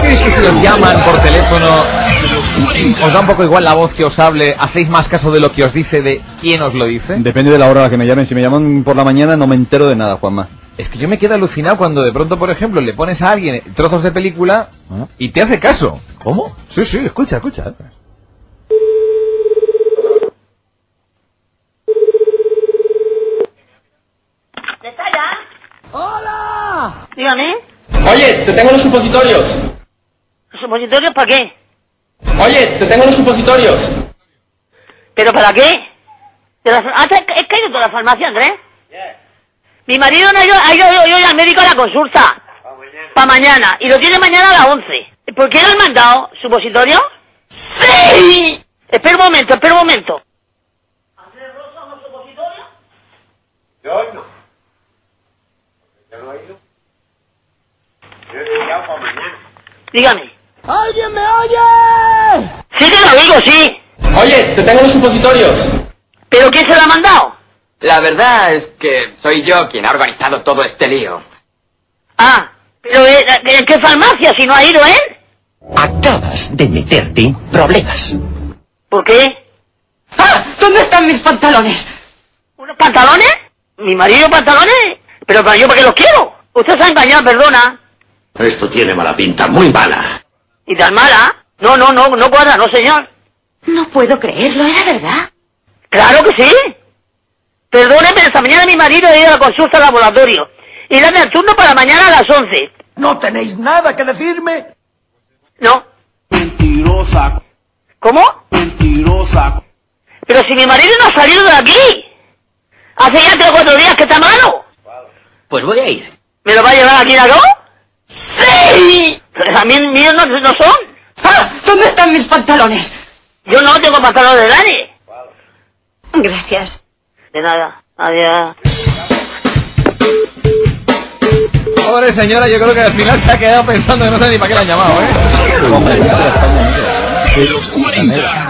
creéis que si os llaman por teléfono os da un poco igual la voz que os hable? ¿Hacéis más caso de lo que os dice, de quién os lo dice? Depende de la hora a la que me llamen. Si me llaman por la mañana no me entero de nada, Juanma. Es que yo me quedo alucinado cuando de pronto, por ejemplo, le pones a alguien trozos de película y te hace caso. ¿Cómo? Sí, sí, escucha, escucha. ¿Está ya? ¡Hola! Dígame. Oye, te tengo los supositorios. ¿Los supositorios para qué? Oye, te tengo los supositorios. ¿Pero para qué? ¿De la... ah, ¿te- ¿Es que ha ido toda la farmacia, Andrés? ¿eh? Mi marido no ha ido, ha ido hoy- hoy al médico a la consulta. Para mañana. Y lo tiene mañana a las 11. ¿Por qué le han mandado supositorio? ¡Sí! Espera un momento, espera un momento. Yo no. Yo no he ido. Yo he estudiado para mañana. Dígame. ¡Alguien me oye! Sí te lo digo, sí. Oye, te tengo los supositorios. ¿Pero quién se lo ha mandado? La verdad es que soy yo quien ha organizado todo este lío. Ah, pero eh, ¿en qué farmacia si no ha ido él? Acabas de meterte en problemas. ¿Por qué? ¡Ah! ¿Dónde están mis pantalones? ¿Unos pantalones? ¿Mi marido pantalones? Pero para yo, ¿para qué los quiero? Usted se ha engañado, perdona. Esto tiene mala pinta, muy mala. ¿Y tan mala? No, no, no, no cuadra, no señor. No puedo creerlo, ¿era verdad? Claro que sí. Perdóneme, esta mañana mi marido ha ido a la consulta al laboratorio. Y dame el turno para mañana a las 11. ¿No tenéis nada que decirme? ¿No? Mentirosa, ¿Cómo? mentirosa. Pero si mi marido no ha salido de aquí. Hace ya tres o cuatro días que está malo. Pues voy a ir. ¿Me lo va a llevar aquí la ¡Sí! Pero a mí míos no, no son. ¡Ah! ¿Dónde están mis pantalones? Yo no tengo pantalones de nadie. Gracias. De nada. Adiós. Pobre señora, yo creo que al final se ha quedado pensando que no sabe ni para qué la han llamado, ¿eh? Hombre, ya. De los 40.